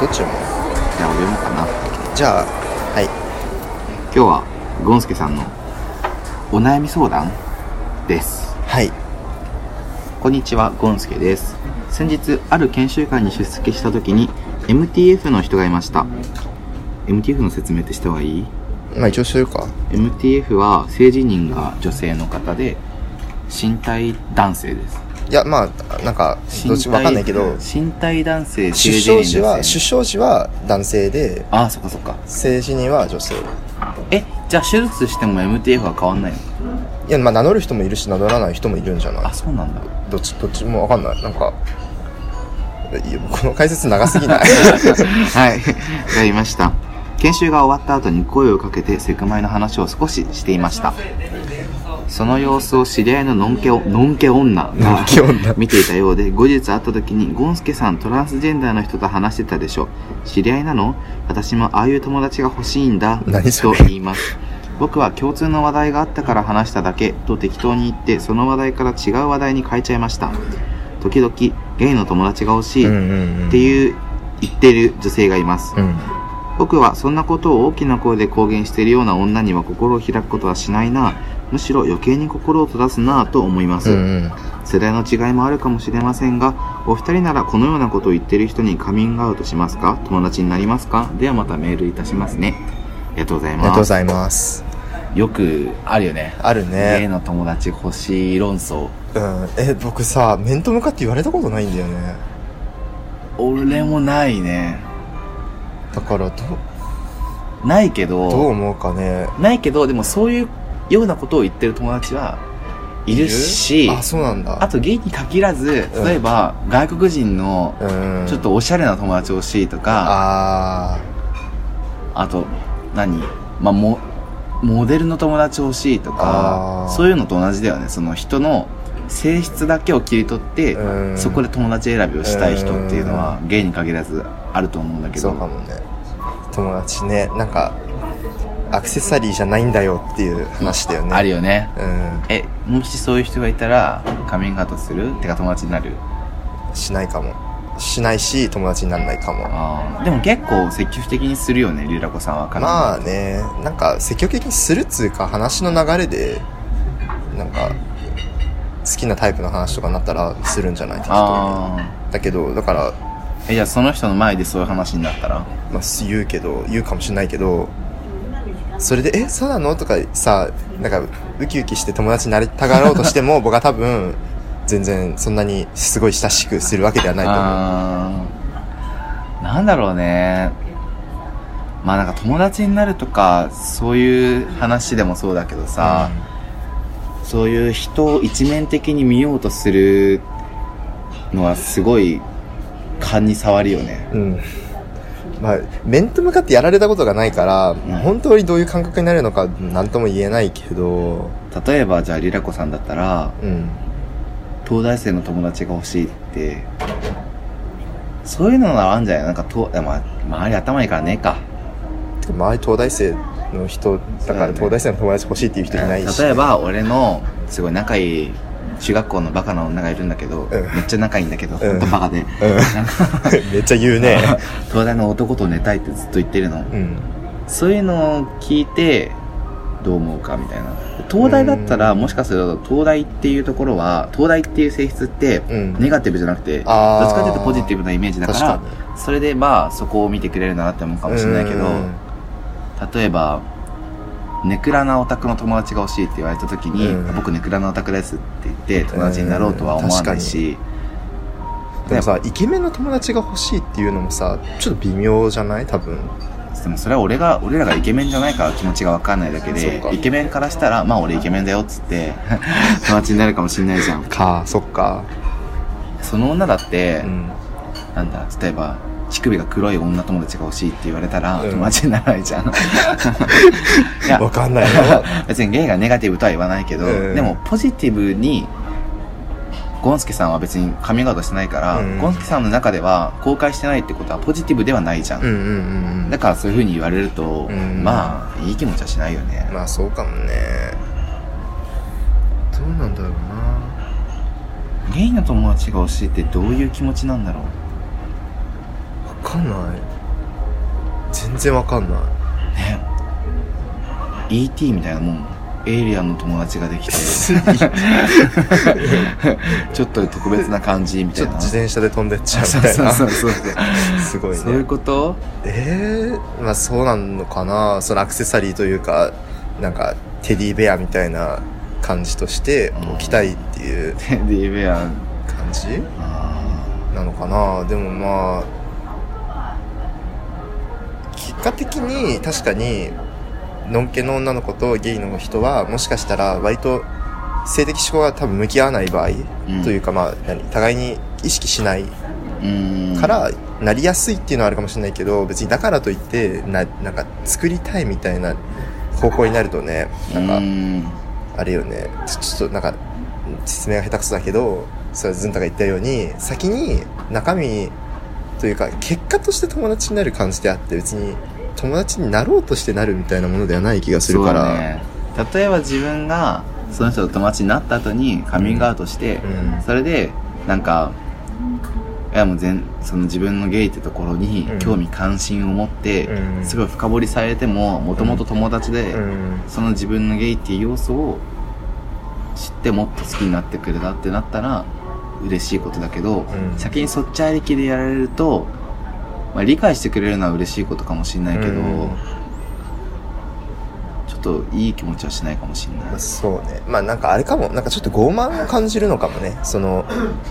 どっちもじゃあ俺もかなじゃあはい今日はゴンスケさんのお悩み相談ですはいこんにちはゴンスケです先日ある研修会に出席した時に MTF の人がいました MTF の説明ってした方がいいまあ一応するか MTF は性自認が女性の方で身体男性ですいやまあなんかどっちもわかんないけど身体男性性出自認生女時性は出生時は男性でああそっかそっか性自認は女性えじゃあ手術しても MTF は変わんないのいやまあ名乗る人もいるし名乗らない人もいるんじゃないあそうなんだどっちどっちもわかんないなんかいやこの解説長すぎ ないはい、がいました。研修が終わった後に声をかけてセクマイの話を少ししていました。その様子を知り合いののんけお、のんけ女のがんけ女見ていたようで、後日会った時に、ゴンスケさんトランスジェンダーの人と話してたでしょ。知り合いなの私もああいう友達が欲しいんだ。何そとれ言います。僕は共通の話題があったから話しただけと適当に言って、その話題から違う話題に変えちゃいました。時々、ゲイの友達が欲しい。んっていう言ってる女性がいます、うん僕はそんなことを大きな声で公言しているような女には心を開くことはしないなむしろ余計に心を閉ざすなぁと思います、うんうん世代の違いもあるかもしれませんがお二人ならこのようなことを言っている人にカミングアウトしますか友達になりますかではまたメールいたしますねありがとうございありがとうまごすざいますよくあるよねある例ねの友達欲しい論争うんえ僕さ面と向かって言われたことないんだよね俺もないねだからどないけどどう思うかねないけどでもそういうようなことを言ってる友達はいるしあそうなんあだとゲイに限らずうん例えば外国人のうんちょっとおしゃれな友達欲しいとか、ああと何、まあ、モモデルの友達欲しいとあかーそういうのと同じだよねその人の性質だけを切り取って、うんそこで友達選びをしたい人っていうのは、ゲイに限らずあると思うんだあけそどうかもね友達ねなんかアクセサリーじゃないんだよっていう話だよねあるよねうんえもしそういう人がいたらカミングアウトするてか友達になるしないかもしないし友達にならないかもあーでも結構積極的にするよねリラコさんは彼女まあねなんか積極的にするっつうか話の流れでなんか好きなタイプの話とかになったらするんじゃない適当あにだけどだから、ーえじゃあその人の前でそういう話になったらまあ、す言うけど言うかもしれないけどそれで「えそうなの?」とかさなんかウキウキして友達になりたがろうとしても 僕は多分全然そんなにすごい親しくするわけではないと思うあーなんだろうねまあなんか友達になるとかそういう話でもそうだけどさ、そういう人を一面的に見ようとするのはすごい勘に触るよねうん、まあ面と向かってやられたことがないから、本当にどういう感覚になるのか何とも言えないけど例えばじゃあリラコさんだったらうん東大生の友達が欲しいってそういうのがあるんじゃないなんかと、まあ、周り頭いいからねえかてか周り東大生の人だかそうだらね東大生の友達欲しいっていう人いないし例えば俺のすごい仲いい中学校のバカな女がいるんだけど、うんめっちゃ仲いいんだけど、んほんとバカで、うん めっちゃ言う ね東大の男と寝たいってずっと言ってるの、うんそういうのを聞いてどう思うかみたいな東大だったらもしかすると東大っていうところは東大っていう性質ってうんネガティブじゃなくて、どっちあーかっていうとポジティブなイメージだから確それでまあそこを見てくれるなって思うかもしれないけど、うん例えばネクラなオタクの友達が欲しいって言われた時に、うん僕ネクラなオタクですって言って友達になろうとは思わないし、でもさイケメンの友達が欲しいっていうのもさちょっと微妙じゃない多分でもそれは俺が俺らがイケメンじゃないから気持ちが分かんないだけでそうかイケメンからしたらまあ俺イケメンだよっつって 友達になるかもしれないじゃんかそっかその女だって、うんなんだ例えば乳首が黒い女友達が欲しいって言われたら、うん友達にならないじゃんいやわかんない よ別にゲイがネガティブとは言わないけど、うんでもポジティブにゴンスケさんは別にカミングアウトしてないから、うんゴンスケさんの中では公開してないってことはポジティブではないじゃん、うんうんうんうんだからそういうふうに言われると、うんまあいい気持ちはしないよね、まあそうかもねどうなんだろうなゲイの友達が教えてどういう気持ちなんだろう分かんない然わかんな いね ET みたいなもんエイリアンの友達ができ てちょっと特別な感じみたちょいっとな自転車で飛んでっちゃうそうみたいなそうそうそう すごいそういうね ことえー、まあそうなのかなそのアクセサリーというかなんかテディベアみたいな感じとしてうん置きたいっていうテディベア感じあなのかなでもまあ結果的に確かにのんけの女の子とゲイの人はもしかしたら割と性的思考が多分向き合わない場合、うんというかまあ何互いに意識しないーうんからなりやすいっていうのはあるかもしれないけど別にだからといってななんか作りたいみたいな方向になるとねなうんかんあれよねちょちょっとなんか説明が下手くそだけどそれはズンタが言ったように先に中身というか結果として友達になる感じであって別に友達になろうとしてなるみたいなものではない気がするからそうね、例えば自分がその人と友達になった後にカミングアウトして、うんそれでなんかいやもう全その自分のゲイってところにうん興味関心を持って、うんすごい深掘りされてももともと友達で、うんその自分のゲイっていう要素を知ってもっと好きになってくれたってなったら嬉しいことだけうど、ん先にそっちありきでやられると、まあ、理解してくれるのは嬉しいことかもしれないけど、うんちょっといい気持ちはしないかもしれないまあ、そうねまあなんかあれかもなんかちょっと傲慢を感じるのかもねその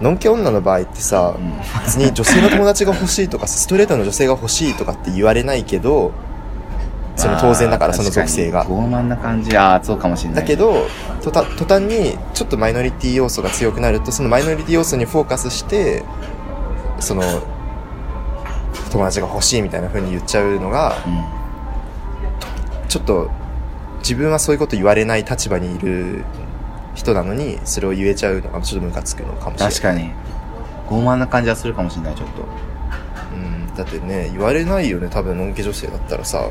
のんけ女の場合ってさ、うん別に女性の友達が欲しいとかストレートの女性が欲しいとかって言われないけどその当然だからまあその属性が確かに傲慢な感じああそうかもしれないだけどとた途端にちょっとマイノリティ要素が強くなるとそのマイノリティ要素にフォーカスしてその友達が欲しいみたいな風に言っちゃうのがうんちょっと自分はそういうこと言われない立場にいる人なのにそれを言えちゃうのがちょっとムカつくのかもしれない確かに傲慢な感じはするかもしれないちょっとうんだってね言われないよね多分のんけ女性だったらさ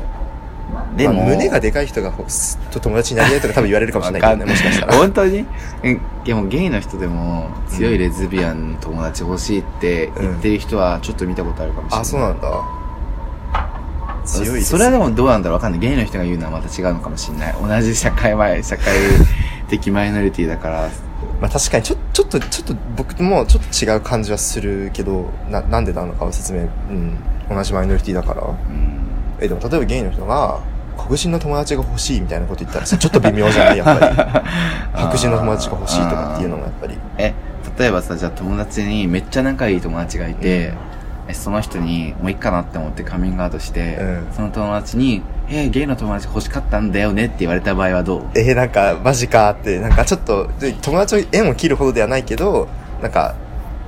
でも、まあ胸がでかい人がほすっと友達になりたいとか多分言われるかもしれないけどねもしかしたら本当にうんでもゲイの人でも強いレズビアンの友達欲しいって言ってる人はちょっと見たことあるかもしれない、あそうなんだ強いですそれはでもどうなんだろうわかんないゲイの人が言うのはまた違うのかもしれない同じ社会前社会的マイノリティだからまあ、確かにちょちょっとちょっと僕もちょっと違う感じはするけどななんでなのかは説明うん同じマイノリティだからうんえでも例えばゲイの人が黒人の友達が欲しいみたいなこと言ったらさちょっと微妙じゃないやっ ぱり 白人の友達が欲しいとかっていうのもやっぱりえ例えばさじゃあ友達にめっちゃ仲いい友達がいて、えその人にもういいかなって思ってカミングアウトして、うんその友達に「えゲイの友達欲しかったんだよね」って言われた場合はどうえー、なんかマジかってなんかちょっとで友達を縁を切るほどではないけどなんか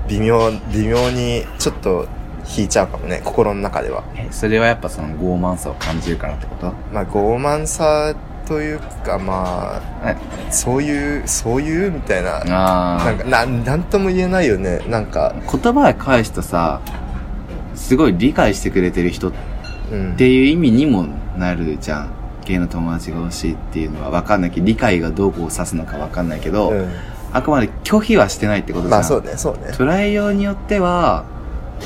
微妙微妙にちょっと引いちゃうかもね心の中ではえそれはやっぱその傲慢さを感じるからってことまあ傲慢さというかまえあそういうそういうみたいなあーなんかななんとも言えないよねなんか、言葉で返すとさすごい理解してくれてる人っうん、ていう意味にもなるじゃんゲイの友達が欲しいっていうのは分かんないけど理解がどうこう指すのか分かんないけど、うあくまで拒否はしてないってことじん、ゃまん、あそうねそうね捉えようによっては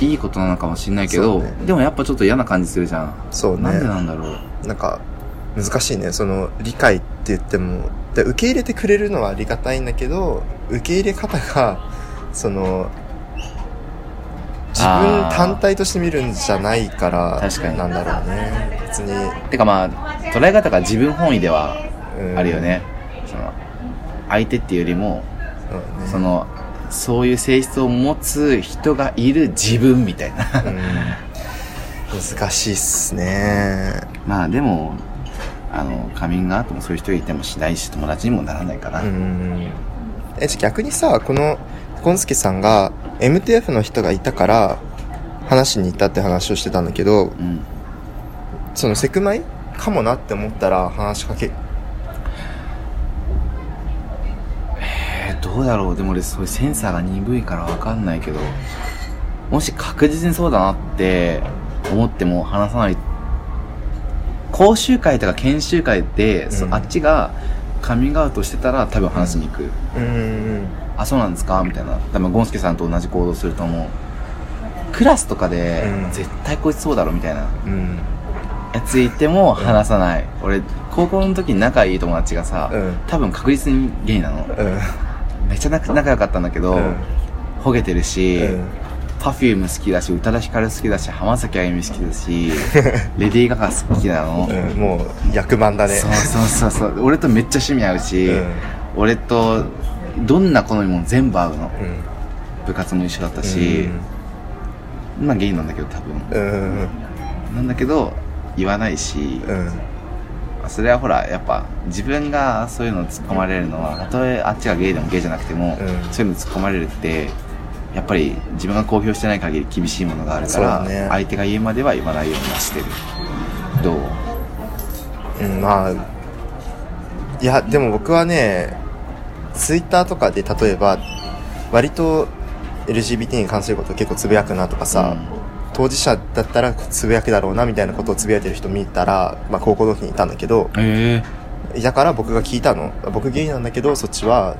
いいことなのかもしれないけそど、うねでもやっぱちょっと嫌な感じするじゃん、そうねなんでなんだろうなんか難しいねその理解って言ってもで受け入れてくれるのはありがたいんだけど受け入れ方がその自分あー単体として見るんじゃないから確かになんだろうね別に、てかまあ捉え方が自分本位ではうんあるよね、その相手っていうよりもそうねそのそういう性質を持つ人がいる自分みたいなうん、難しいっすね まあでもあのカミングアウトもそういう人がいてもしないし友達にもならないから、うんえじゃあ逆にさこのコンスケさんが MTF の人がいたから話しに行ったって話をしてたんだけどうんそのセクマイかもなって思ったら話しかけえーどうだろうでも俺そういうセンサーが鈍いから分かんないけどもし確実にそうだなって思っても話さない講習会とか研修会で、そうんあっちがカミングアウトしてたら多分話しに行く、うんうんあそうなんですかみたいな多分ゴンスケさんと同じ行動すると思うクラスとかで、うん絶対こいつそうだろみたいなうんえついても話さない、俺高校の時に仲いい友達がさ、うん多分確実にゲイなのうんめちゃなく仲良かったんだけど、うんほげてるし、うんパフューム好きだし宇多田ヒカル好きだし浜崎あゆみ好き だしレディー・ガガ好きなの、うんもう役満だねそうそうそうそう俺とめっちゃ趣味合うし、うん俺とどんな好みも全部合うのうん部活も一緒だったし、まあゲイなんだけど多分うんうんなんだけど言わないし、うんそれはほらやっぱ自分がそういうの突っ込まれるのはたとえあっちがゲイでもゲイじゃなくても、うんそういうの突っ込まれるってやっぱり自分が公表してない限り厳しいものがあるかそうら、だね相手が言うまでは言わないようにはしてるどううんまあいやでも僕はねツイッターとかで例えば割と LGBT に関することを結構つぶやくなとかさ、当事者だったらつぶやくだろうなみたいなことをつぶやいてる人見たら、まあ、高校の時にいたんだけどえだから僕が聞いたの僕ゲイなんだけどそっちは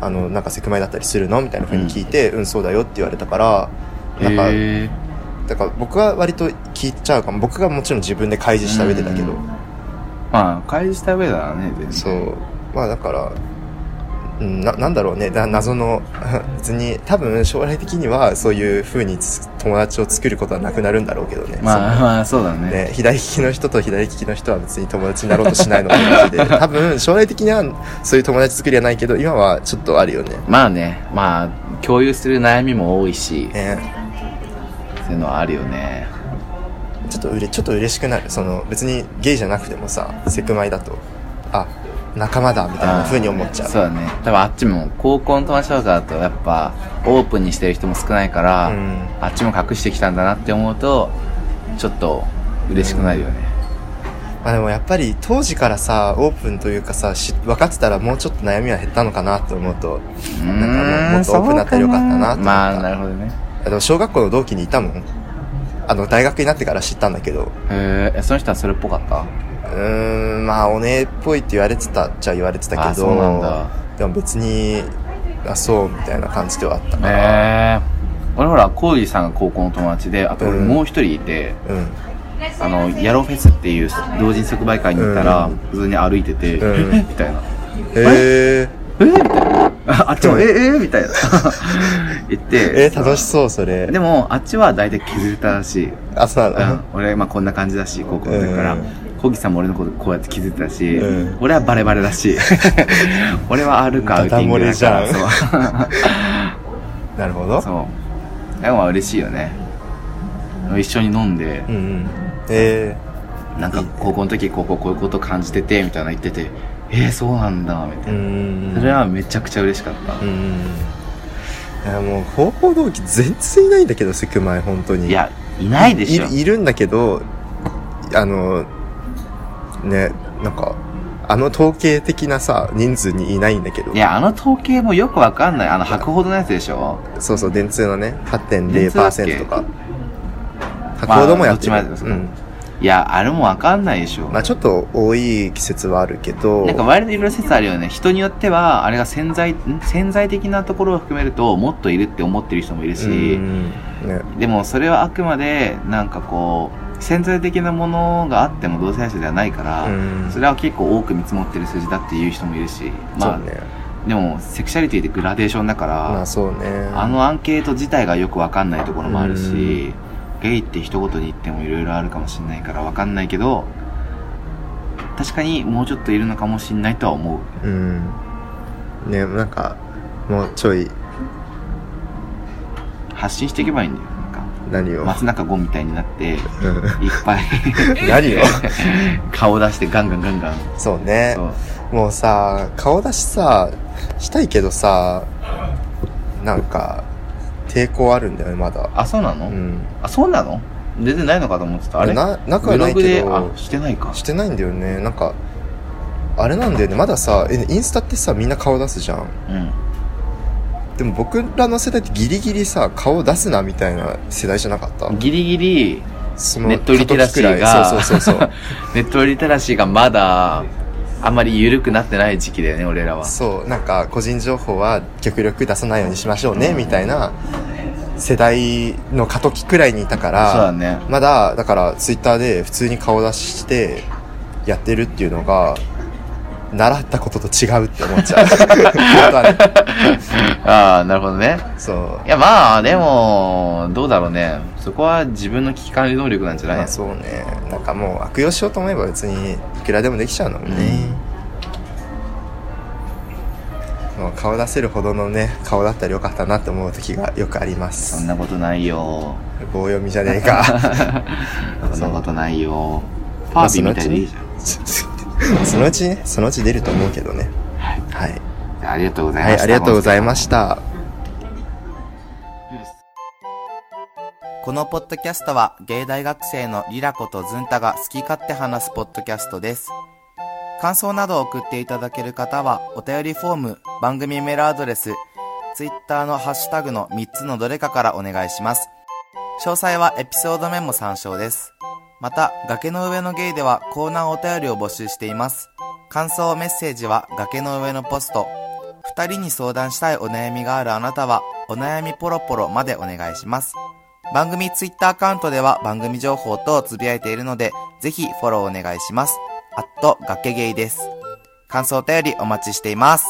あのなんかセクマイだったりするのみたいな風に聞いて、うん、そうだよって言われたからなんか、えだから僕は割と聞いちゃうかも僕がもちろん自分で開示した上でだけど、うんまあ開示した上だね全然そうまあだからうんななんだろうねだ謎の別に多分将来的にはそういう風につ友達を作ることはなくなるんだろうけどねまあまあそうだそねのね左利きの人と左利きの人は別に友達になろうとしないのと同じ で多分将来的にはそういう友達作りはないけど今はちょっとあるよねまあねまあ共有する悩みも多いしねそういうのはあるよねちょっとうれちょっと嬉しくなるその別にゲイじゃなくてもさセクマイだとあ仲間だみたいな風に思っちゃうそうだね多分あっちも高校の友達とかだとやっぱオープンにしてる人も少ないから、うんあっちも隠してきたんだなって思うとちょっと嬉しくなるよね、まあでもやっぱり当時からさオープンというかさし分かってたらもうちょっと悩みは減ったのかなと思うとうーなんかもっとオープンになったらよかったなと思ったまあなるほどねあでも小学校の同期にいたもんあの大学になってから知ったんだけどへえその人はそれっぽかったうーんまあお姉っぽいって言われてたっちゃ言われてたけどあそうなんだでも別にあそうみたいな感じではあったから、へえ俺ほらコージーさんが高校の友達であと俺もう一人いて、うんあのヤロフェスっていう同人即売会に行ったら、うん普通に歩いてて、うん えみたいなへえああっちも、ええみたいな 言ってえー、楽しそうそれでもあっちは大体削れたらしい、うん、あそうなの俺まあこんな感じだし高校の時から、うんコギさんも俺のことこうやって削ってたし、うん俺はバレバレ だし俺はあるかアウティングだからダダ漏れじなるほどそうそうでも嬉しいよね一緒に飲んで、うんうんえなんか高校の時こうこうこういうこと感じててみたいな言っててえー、そうなんだみたいー、うな、んそれはめちゃくちゃ嬉しかった、うんいやもう高校同期全然いないんだけどセクマイ本当にいやいないでしょいいるんだけどあのねなんかあの統計的なさ人数にいないんだけどいや、あの統計もよくわかんない。あの、吐くほどのやつでしょそうそう電通のね電通だっけ8.0%とか博報堂もやってる、まあどっちもうやってんまいや、あれもわかんないでしょまあちょっと多い季節はあるけどなんか割といろいろ説あるよね。人によっては、あれが潜在、ん潜在的なところを含めると、もっといるって思ってる人もいるうし、んねでもそれはあくまで、なんかこう、潜在的なものがあっても同性愛者ではないから、うんそれは結構多く見積もってる数字だっていう人もいるし、まそあ、うねでもセクシャリティってグラデーションだから、まあそうねあのアンケート自体がよくわかんないところもあるし、ゲイって一言に言ってもいろいろあるかもしれないからわかんないけど、確かにもうちょっといるのかもしれないとは思う。うん。ね、なんか、もうちょい、発信していけばいいんだよ。なんか、何を。松中ゴみたいにな って、いっうんぱい 何を顔出してガンガンガンガン。そうねそ。うもうさ、顔出しさ、したいけどさ、なんか、抵抗あるんだよね、まだ。あ、そうなの、うん。あ、そうなの出てないのかと思ってた。あれな、仲はブなロいグけで、どあ、、してないか。してないんだよね。なんか、あれなんだよね。まださ、えインスタってさ、みんな顔出すじゃん。うん。でも僕らの世代ってギリギリさ、顔出すなみたいな世代じゃなかった。ギリギリ、そネットリテラシーが過渡期くらいそうそうそう そう。ネットリテラシーがまだ、あんまり緩くなってない時期だよね、俺らは。そうなんか個人情報は極力出さないようにしましょうねみたいな世代の過渡期くらいにいたからそうだねまだだからツイッターで普通に顔出ししてやってるっていうのが習ったことと違うって思っちゃ う本当はねああなるほどねそういやまあでもどうだろうねそこは自分の危機管理能力なんじゃないまあそうねなんかもう悪用しようと思えば別にいくらでもできちゃうのもね、もう顔出せるほどのね顔だったらよかったなって思う時がよくありまそすんなことない よ棒読みじゃねえかそんなことないよ パービーみたいでいいじゃ んそのうちねそのうち出ると思うけどねはいはい、じゃあありがとうございはましい、たありがとうございましたこのポッドキャストは芸大学生のリラコとズンタが好き勝手話すポッドキャストです。感想などを送っていただける方はお便りフォーム、番組メールアドレス、ツイッターのハッシュタグの3つのどれかからお願いします。詳細はエピソードメモ参照です。また、崖の上のゲイではコーナーお便りを募集しています。感想メッセージは崖の上のポスト。二人に相談したいお悩みがあるあなたは、お悩みポロポロまでお願いします。番組ツイッターアカウントでは番組情報等をつぶやいているので、ぜひフォローお願いします。あっと、崖ゲイです。感想お便りお待ちしています。